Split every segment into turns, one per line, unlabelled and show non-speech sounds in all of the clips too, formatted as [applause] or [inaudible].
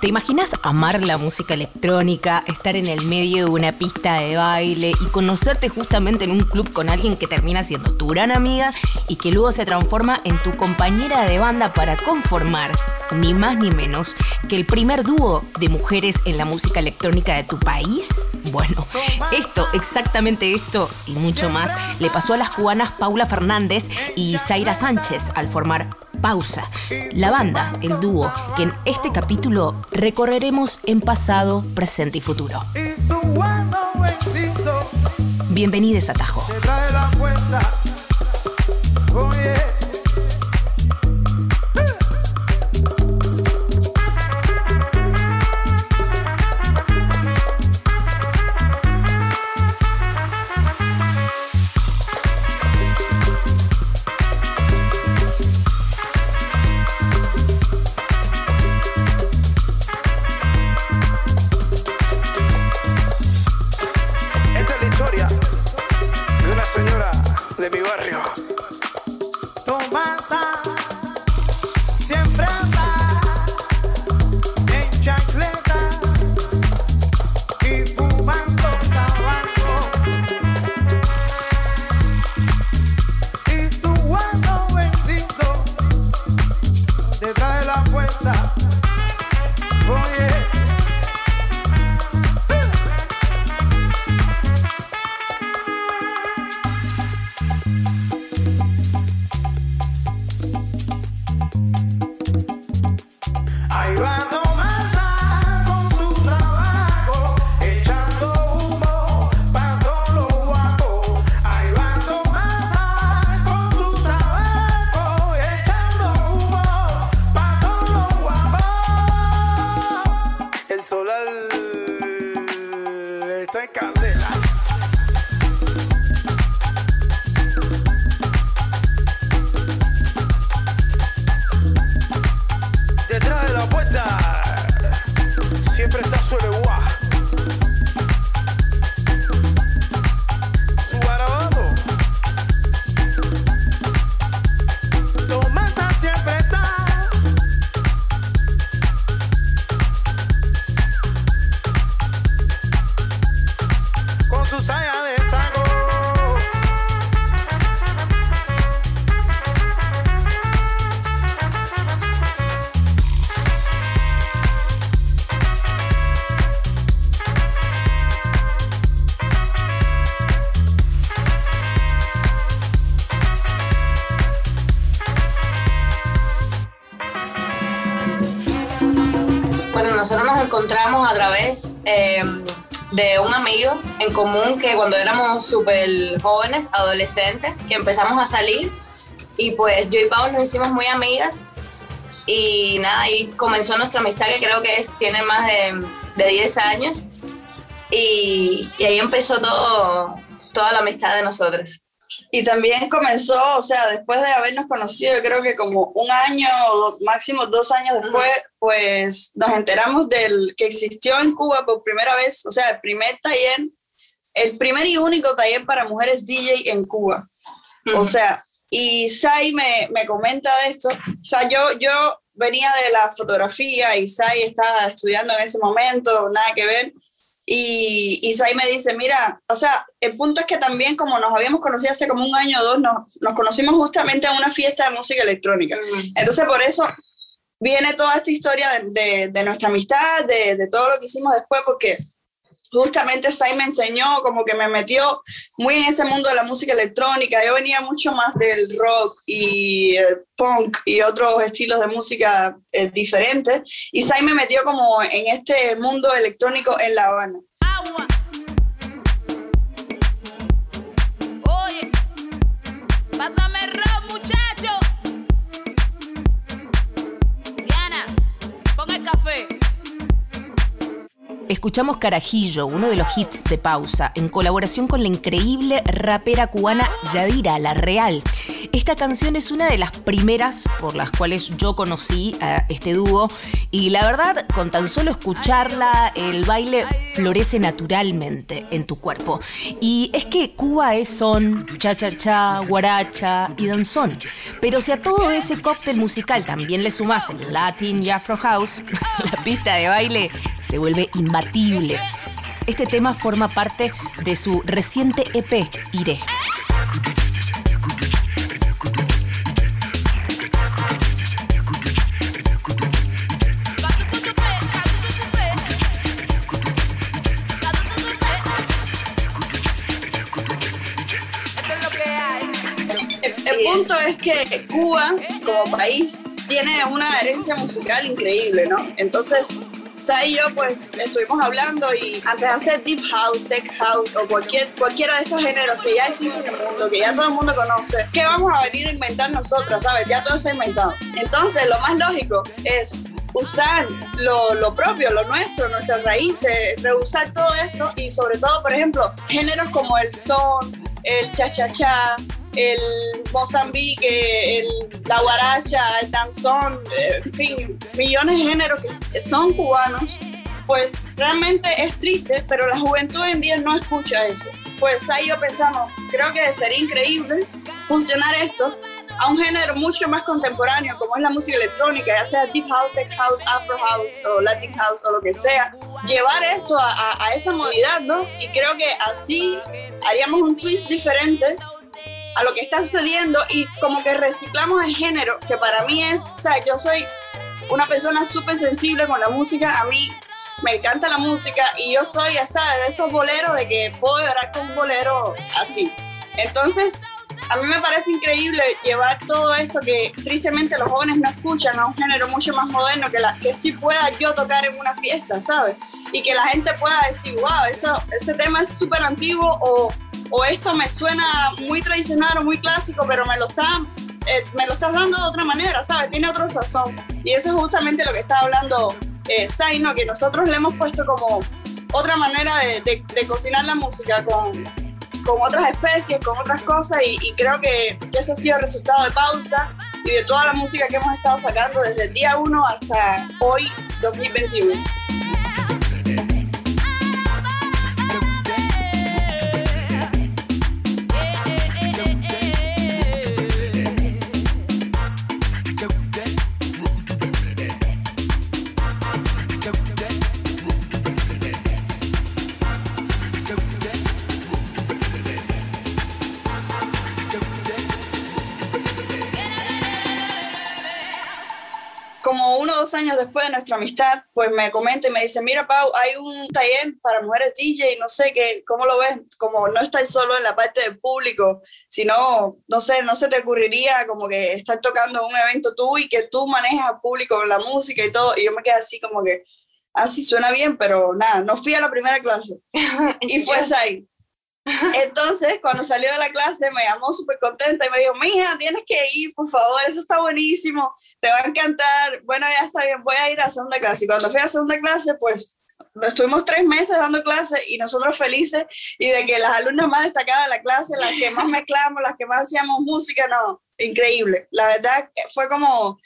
¿Te imaginas amar la música electrónica, estar en el medio de una pista de baile y conocerte justamente en un club con alguien que termina siendo tu gran amiga y que luego se transforma en tu compañera de banda para conformar, ni más ni menos, que el primer dúo de mujeres en la música electrónica de tu país? Bueno, esto, exactamente esto y mucho más, le pasó a las cubanas Paula Fernández y Zaira Sánchez al formar Pausa, la banda, el dúo, que en este capítulo recorreremos en pasado, presente y futuro. Bienvenidos a Tajo.
nosotros nos encontramos a través eh, de un amigo en común que cuando éramos súper jóvenes, adolescentes, que empezamos a salir y pues yo y Pau nos hicimos muy amigas y nada, ahí comenzó nuestra amistad que creo que es, tiene más de, de 10 años y, y, ahí empezó todo, toda la amistad de nosotros.
Y también comenzó, o sea, después de habernos conocido, yo creo que como un año, máximo dos años después, uh -huh. pues nos enteramos del que existió en Cuba por primera vez, o sea, el primer taller, el primer y único taller para mujeres DJ en Cuba. Uh -huh. O sea, y Sai me, me, comenta de esto, o sea, yo, yo venía de la fotografía y Sai estaba estudiando en ese momento, nada que ver. Y Isaí me dice, mira, o sea, el punto es que también como nos habíamos conocido hace como un año o dos, nos, nos conocimos justamente en una fiesta de música electrónica. Mm. Entonces por eso viene toda esta historia de, de, de nuestra amistad, de, de, todo lo que hicimos después, porque justamente Isaí me enseñó, como que me metió muy en ese mundo de la música electrónica. Yo venía mucho más del rock y el punk y otros estilos de música eh, diferentes. Y Sai me metió como en este mundo electrónico en La Habana. Agua. Oye, pásame rock, muchacho.
Diana, pon el café. Escuchamos Carajillo, uno de los hits de Pausa, en colaboración con la increíble rapera cubana Yadira La Real. Esta canción es una de las primeras por las cuales yo conocí a este dúo y la verdad, con tan solo escucharla, el baile florece naturalmente en tu cuerpo. Y es que Cuba es son, cha-cha-cha, guaracha y danzón. Pero si a todo ese cóctel musical también le sumas el Latin y Afro House, [laughs] la pista de baile se vuelve imbatible. Este tema forma parte de su reciente E EP, Iré.
El punto es que Cuba, como país, tiene una herencia musical increíble, ¿no? Entonces, Sai y yo, pues, estuvimos hablando y antes de hacer Deep House, Tech House o cualquier, cualquiera de esos géneros que ya existen en el mundo, que ya todo el mundo conoce, ¿qué vamos a venir a inventar nosotras, sabes? Ya todo está inventado. Entonces, lo más lógico es usar lo, lo propio, lo nuestro, nuestras raíces, rehusar todo esto y sobre todo, por ejemplo, géneros como el son, el cha-cha-cha, el Mozambique, el, la guaracha, el danzón, eh, en fin, millones de géneros que son cubanos, pues realmente es triste, pero la juventud hoy en día no escucha eso. Pues ahí yo pensamos, creo que sería increíble funcionar esto a un género mucho más contemporáneo como es la música electrónica, ya sea deep house, tech house, afro house o latin house o lo que sea, llevar esto a, a, a esa modalidad, ¿no? Y creo que así haríamos un twist diferente a lo que está sucediendo y como que reciclamos el género, que para mí es, o sea, yo soy una persona súper sensible con la música, a mí me encanta la música y yo soy, ya sabes, de esos boleros de que puedo llorar con un bolero así. Entonces, a mí me parece increíble llevar todo esto que tristemente los jóvenes no escuchan a un género mucho más moderno que, la, que sí pueda yo tocar en una fiesta, ¿sabes? Y que la gente pueda decir, wow, eso, ese tema es súper antiguo o, o, esto me suena muy tradicional o muy clásico, pero me lo está... Eh, me lo estás dando de otra manera, ¿sabes? Tiene otro sazón. Y eso es justamente lo que está hablando eh, Zaino, que nosotros le hemos puesto como otra manera de, de, de cocinar la música con, con otras especies, con otras cosas y, y creo que, que, ese ha sido el resultado de Pausa y de toda la música que hemos estado sacando desde el día 1 hasta hoy 2021. años después de nuestra amistad, pues me comenta y me dice, mira Pau, hay un taller para mujeres DJ, no sé qué, ¿cómo lo ves? Como no estar solo en la parte del público, sino, no sé, no se te ocurriría como que estar tocando un evento tú y que tú manejas al público con la música y todo, y yo me quedé así como que, así ah, suena bien, pero nada, no fui a la primera clase. y fue
pues,
ahí. Entonces, cuando salió de la clase, me llamó súper contenta y me dijo, mija, tienes que ir, por favor, eso está buenísimo, te va a encantar. Bueno, ya está bien, voy a ir a segunda clase. Y cuando fui a segunda clase, pues estuvimos tres meses dando clases y nosotros felices y de que las alumnas más destacadas de la clase, las que más mezclamos, las que más hacíamos música, no, increíble. La verdad eh, fue como,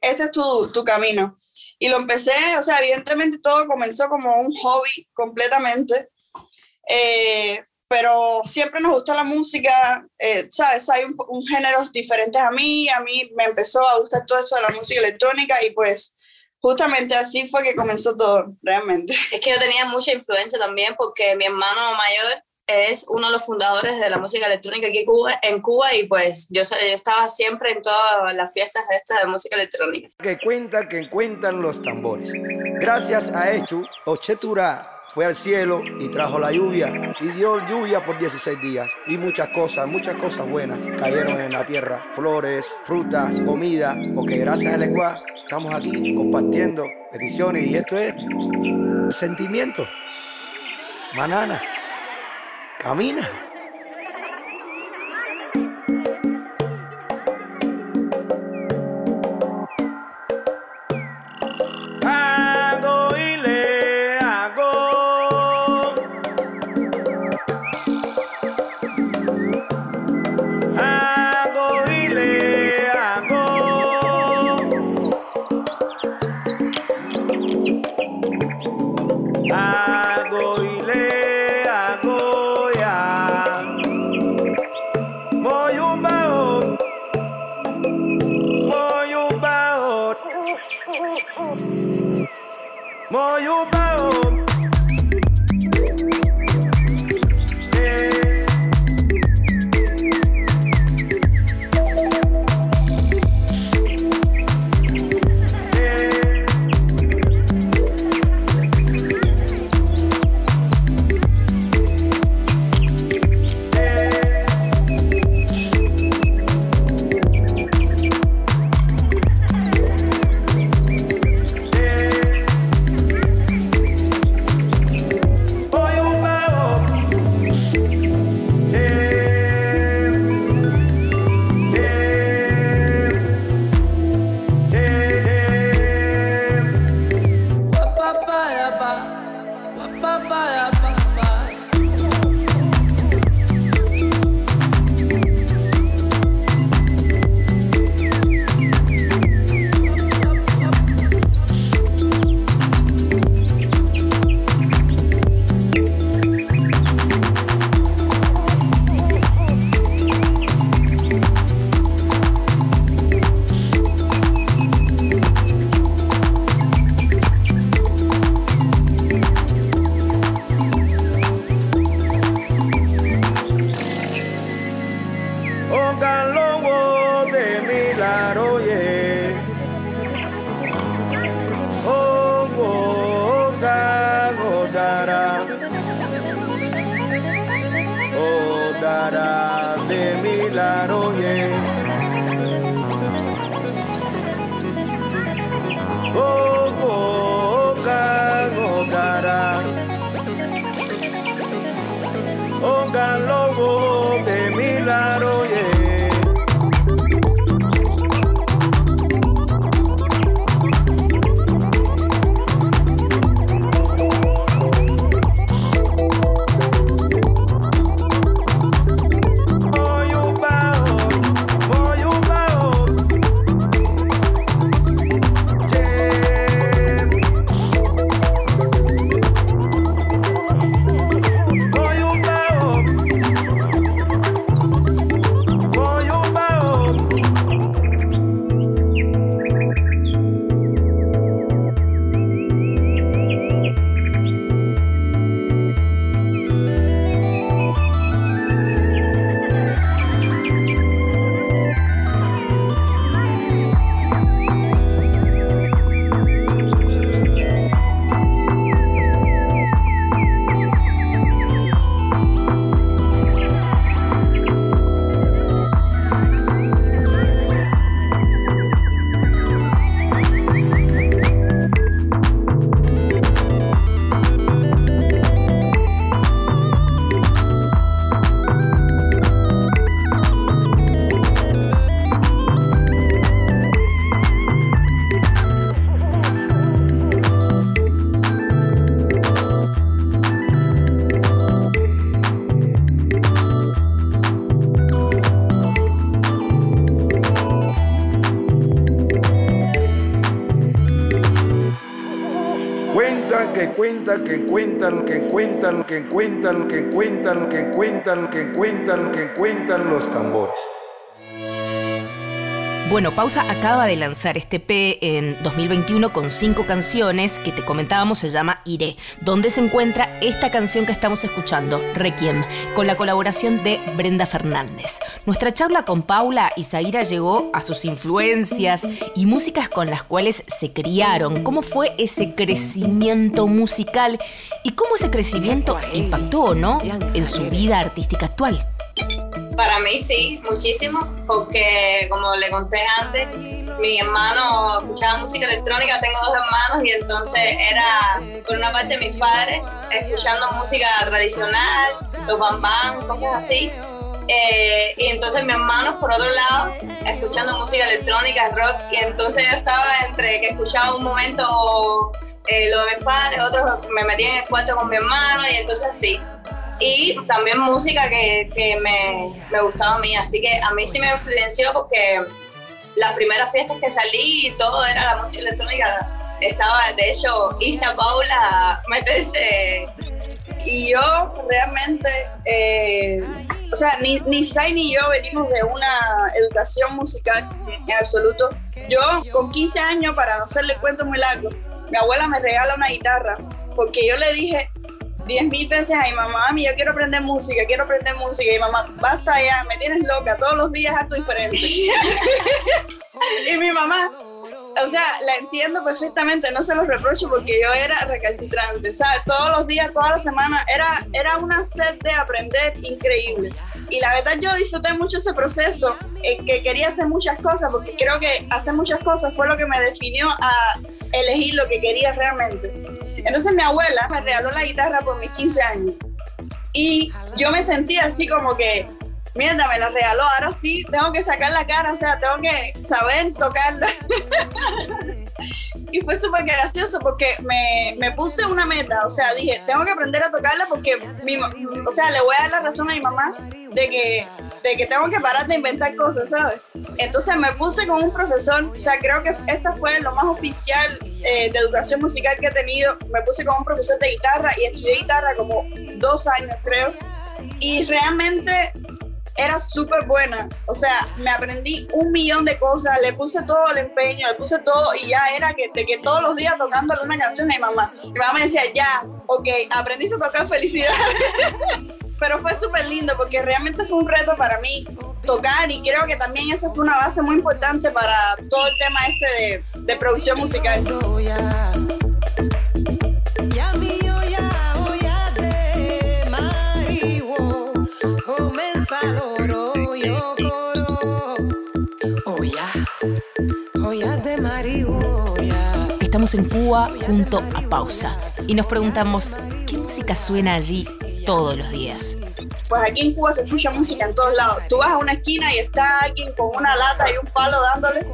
este es tu, tu camino. Y lo empecé, o sea, evidentemente todo comenzó como un hobby completamente. Eh, pero siempre nos gusta la música, eh, ¿sabes? Hay un, un, géneros diferentes a mí, a mí me empezó a gustar todo esto de la música electrónica y pues justamente así fue que comenzó todo, realmente.
Es que yo tenía mucha influencia también porque mi hermano mayor es uno de los fundadores de la música electrónica aquí en Cuba, en Cuba y pues yo, yo estaba siempre en todas las fiestas estas de música electrónica.
Que cuenta, que cuentan los tambores. Gracias a esto, Ochetura fue al cielo y trajo la lluvia y dio lluvia por 16 días y muchas cosas, muchas cosas buenas cayeron en la tierra, flores, frutas, comida, porque gracias al Ecuador estamos aquí compartiendo peticiones y esto es sentimiento. Manana, camina.
I go in.
Moyupao. Eh. Eh. Hoy un pavo. Tem, tem, tem, un galongo de milagro, yeah. Oh, oh, oh, da, oh, dará. Oh, dará de milagro, yeah. Oh, oh, oh, da, oh, dará. un galobo de milagro, yeah. Voy un bajo, voy un bajo. Yeah. Voy un bajo. Voy un bajo. Cuentan que cuentan que cuentan que cuentan que cuentan que cuentan que cuentan que cuentan que cuentan los tambores.
Bueno, Pausa acaba de lanzar este P en 2021 con cinco canciones que te comentábamos se llama Iré, donde se encuentra esta canción que estamos escuchando, Requiem, con la colaboración de Brenda Fernández. Nuestra charla con Paula y Zaira llegó a sus influencias y músicas con las cuales se criaron, cómo fue ese crecimiento musical y cómo ese crecimiento impactó o no en su vida artística actual.
Para mí sí, muchísimo, porque como le conté antes, mi hermano escuchaba música electrónica, tengo dos hermanos y entonces era por una parte mis padres escuchando música tradicional, los bambán, cosas así. Eh, y entonces mi hermano por otro lado escuchando música electrónica, rock, y entonces yo estaba entre que escuchaba un momento eh, lo de mis padres, otros me metían en el cuarto con mi hermano y entonces así y también música que, que me, me gustaba a mí, así que a mí sí me influenció porque las primeras fiestas que salí y todo era la música electrónica. Estaba, de hecho, Isa Paula meterse.
Y yo realmente, eh, o sea, ni, ni Sai ni yo venimos de una educación musical en absoluto. Yo con 15 años, para no hacerle cuentos muy largos, mi abuela me regala una guitarra porque yo le dije diez mil veces a mi mamá, mami, yo quiero aprender música, quiero aprender música. Y mi mamá, basta ya, me tienes loca, todos los días algo diferente. [laughs] y mi mamá, o sea, la entiendo perfectamente, no se los reprocho porque yo era recalcitrante, ¿sabes? Todos los días, toda la semana, era, era una sed de aprender increíble. Y la verdad yo disfruté mucho ese proceso, eh, que quería hacer muchas cosas, porque creo que hacer muchas cosas fue lo que me definió a elegir lo que quería realmente. Entonces mi abuela me regaló la guitarra por mis 15 años. Y yo me sentía así como que, mierda, me la regaló, ahora sí tengo que sacar la cara, o sea, tengo que saber tocarla. y fue súper gracioso porque me, me, puse una meta, o sea, dije, tengo que aprender a tocarla porque, mi, o sea, le voy a dar la razón a mi mamá de que, de que tengo que parar de inventar cosas, ¿sabes? Entonces me puse con un profesor, o sea, creo que esta fue lo más oficial eh, de educación musical que he tenido, me puse con un profesor de guitarra y estudié guitarra como dos años, creo. Y realmente era súper buena. O sea, me aprendí un millón de cosas, le puse todo el empeño, le puse todo y ya era que, de que todos los días tocándole una canción a mi mamá. Mi mamá me decía, ya, ok, aprendiste a tocar felicidad. [laughs] Pero fue súper lindo porque realmente fue un reto para mí tocar y creo que también eso fue una base muy importante para todo el tema este de, de producción musical.
Estamos en Cuba junto a Pausa y nos preguntamos qué música suena allí todos los días.
Pues aquí en Cuba se escucha música en todos lados. Tú vas a una esquina y está alguien con una lata y un palo dándole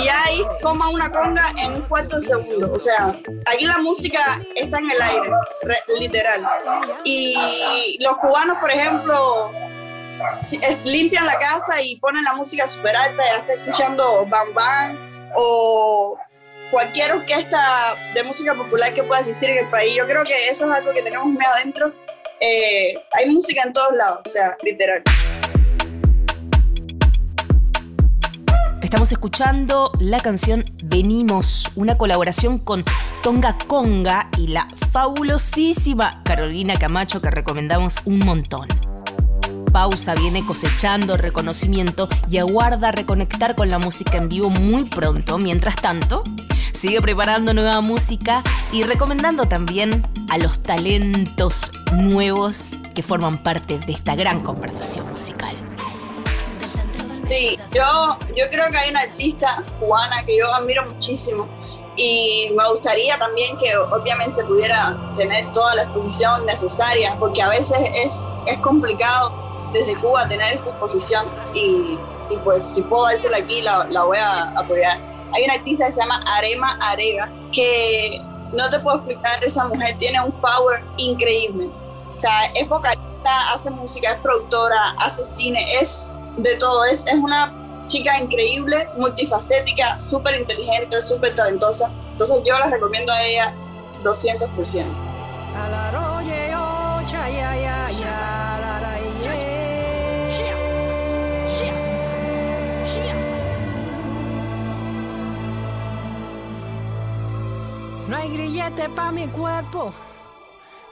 y ya ahí toma una conga en un cuarto de segundo. O sea, aquí la música está en el aire, literal. Y los cubanos, por ejemplo, eh, limpian la casa y ponen la música super alta, ya está escuchando Bam Bam o cualquier orquesta de música popular que pueda existir en el país. Yo creo que eso es algo que tenemos muy adentro. Eh, hay música en todos lados, o sea, literal.
Estamos escuchando la canción Venimos, una colaboración con Tonga Conga y la fabulosísima Carolina Camacho que recomendamos un montón pausa viene cosechando reconocimiento y aguarda reconectar con la música en vivo muy pronto. Mientras tanto, sigue preparando nueva música y recomendando también a los talentos nuevos que forman parte de esta gran conversación musical.
Sí, yo, yo creo que hay una artista cubana que yo admiro muchísimo y me gustaría también que obviamente pudiera tener toda la exposición necesaria porque a veces es, es complicado desde Cuba tener esta exposición y, y pues si puedo hacerla aquí la, la, voy a apoyar. Hay una artista que se llama Arema Arega que no te puedo explicar, esa mujer tiene un power increíble. O sea, es vocalista, hace música, es productora, hace cine, es de todo, es, es una chica increíble, multifacética, súper inteligente, súper talentosa. Entonces yo la recomiendo a ella 200%.
No hay grillete pa' mi cuerpo,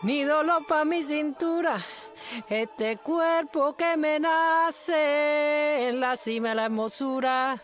ni dolor pa' mi cintura. Este cuerpo que me nace en la cima de la hermosura.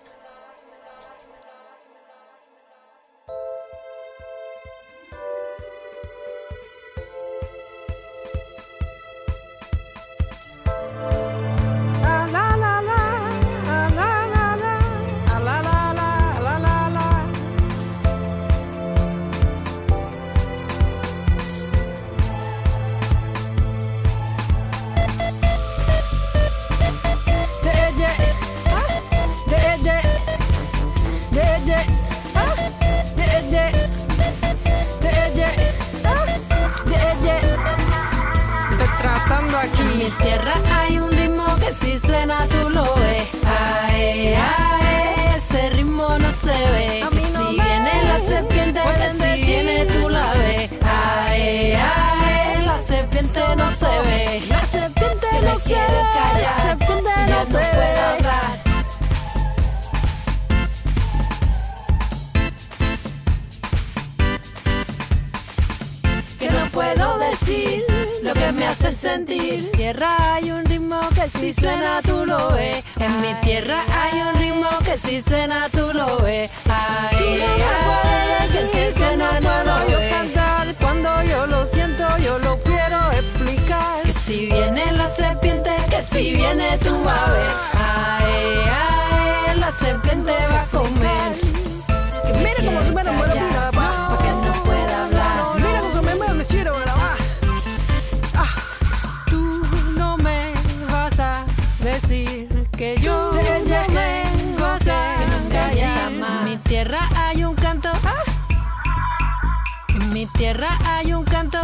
aquí. En mi tierra hay un ritmo que si suena tú lo ves. Ae, ae, este ritmo no se ve. A mí no si me viene la serpiente, que si viene tú la ves. Ae, ae, la serpiente no se ve. La serpiente no, no se ve. Callar, la serpiente no, no se ve. Hablar. me hace sentir. En mi tierra hay un ritmo que si suena tú lo ves. En mi tierra hay un ritmo que si suena tú lo ves. Ay, tú no me puedes decir que suena no lo yo cantar cuando yo lo siento, yo lo quiero explicar. Que si viene la serpiente, que si viene tu ave. Ay, ay, la serpiente va a comer.
Que mira cómo se me enamora,
Calla,
mira, pa.
porque no puede hablar.
Mira cómo se me enamora, me quiero, mira, Ah. pa.
Tú no me vas a decir que yo no tengo que decir. En mi tierra hay un canto.
Ah.
En mi tierra hay un canto.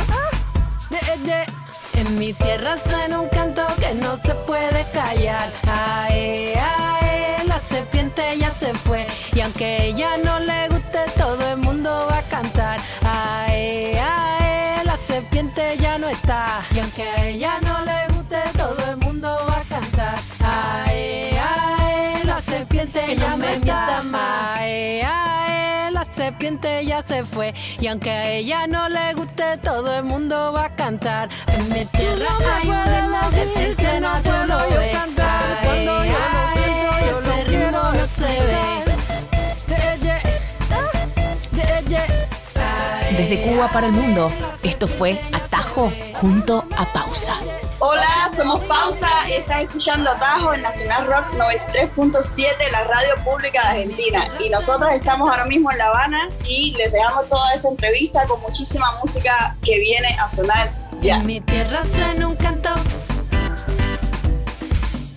En mi tierra suena un canto que no se puede callar. Ae, ae, la serpiente ya se fue. Y aunque ella no le guste, todo el mundo va a cantar. Ae, ae, la serpiente ya no está. Y aunque a ella no le guste, todo el mundo va a cantar. Ae, ae, la serpiente ya no me mienta más. Ae, ae, la serpiente ya se fue. Y aunque a ella no le guste, todo el mundo va a cantar. En mi tierra hay un reloj que si se no te lo ve. Ay,
cuando yo lo
ay,
siento, yo lo
este
quiero
ritmo no se ve. Ay,
Desde Cuba para el mundo, esto fue Atajo junto a Pausa.
Hola, somos Pausa y estás escuchando Atajo en Nacional Rock 93.7, la radio pública de Argentina. Y nosotros estamos ahora mismo en La Habana y les dejamos toda esta entrevista con muchísima música que viene a sonar ya.
En mi tierra suena un canto.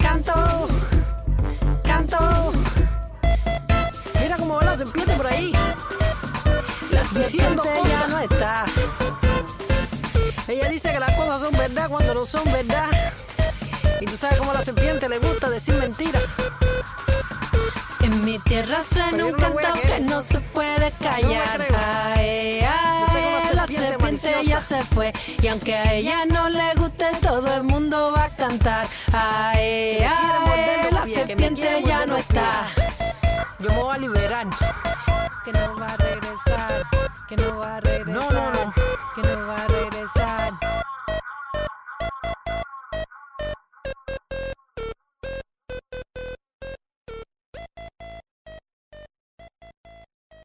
Canto. Canto.
Mira cómo va la serpiente por ahí.
La
Diciendo
serpiente ya
cosas.
no está.
Ella dice que las cosas son verdad cuando no son verdad. Y tú sabes cómo a la serpiente le gusta decir mentiras.
En mi tierra suena
Pero
un
yo no voy a
canto
creer.
que no se puede callar.
creo.
Ay,
Yo sé cómo
ay, la
serpiente
serpiente ya
maliciosa.
se fue. Y aunque a ella no le guste, todo el mundo va a cantar. Ay,
Que me quiere morder
ay,
los
la
pies, que me quiere
serpiente ya
morder
no
los
está.
Yo me voy a liberar.
Que no va a regresar. Que no va a regresar.
No, no, no.
Que no va a regresar.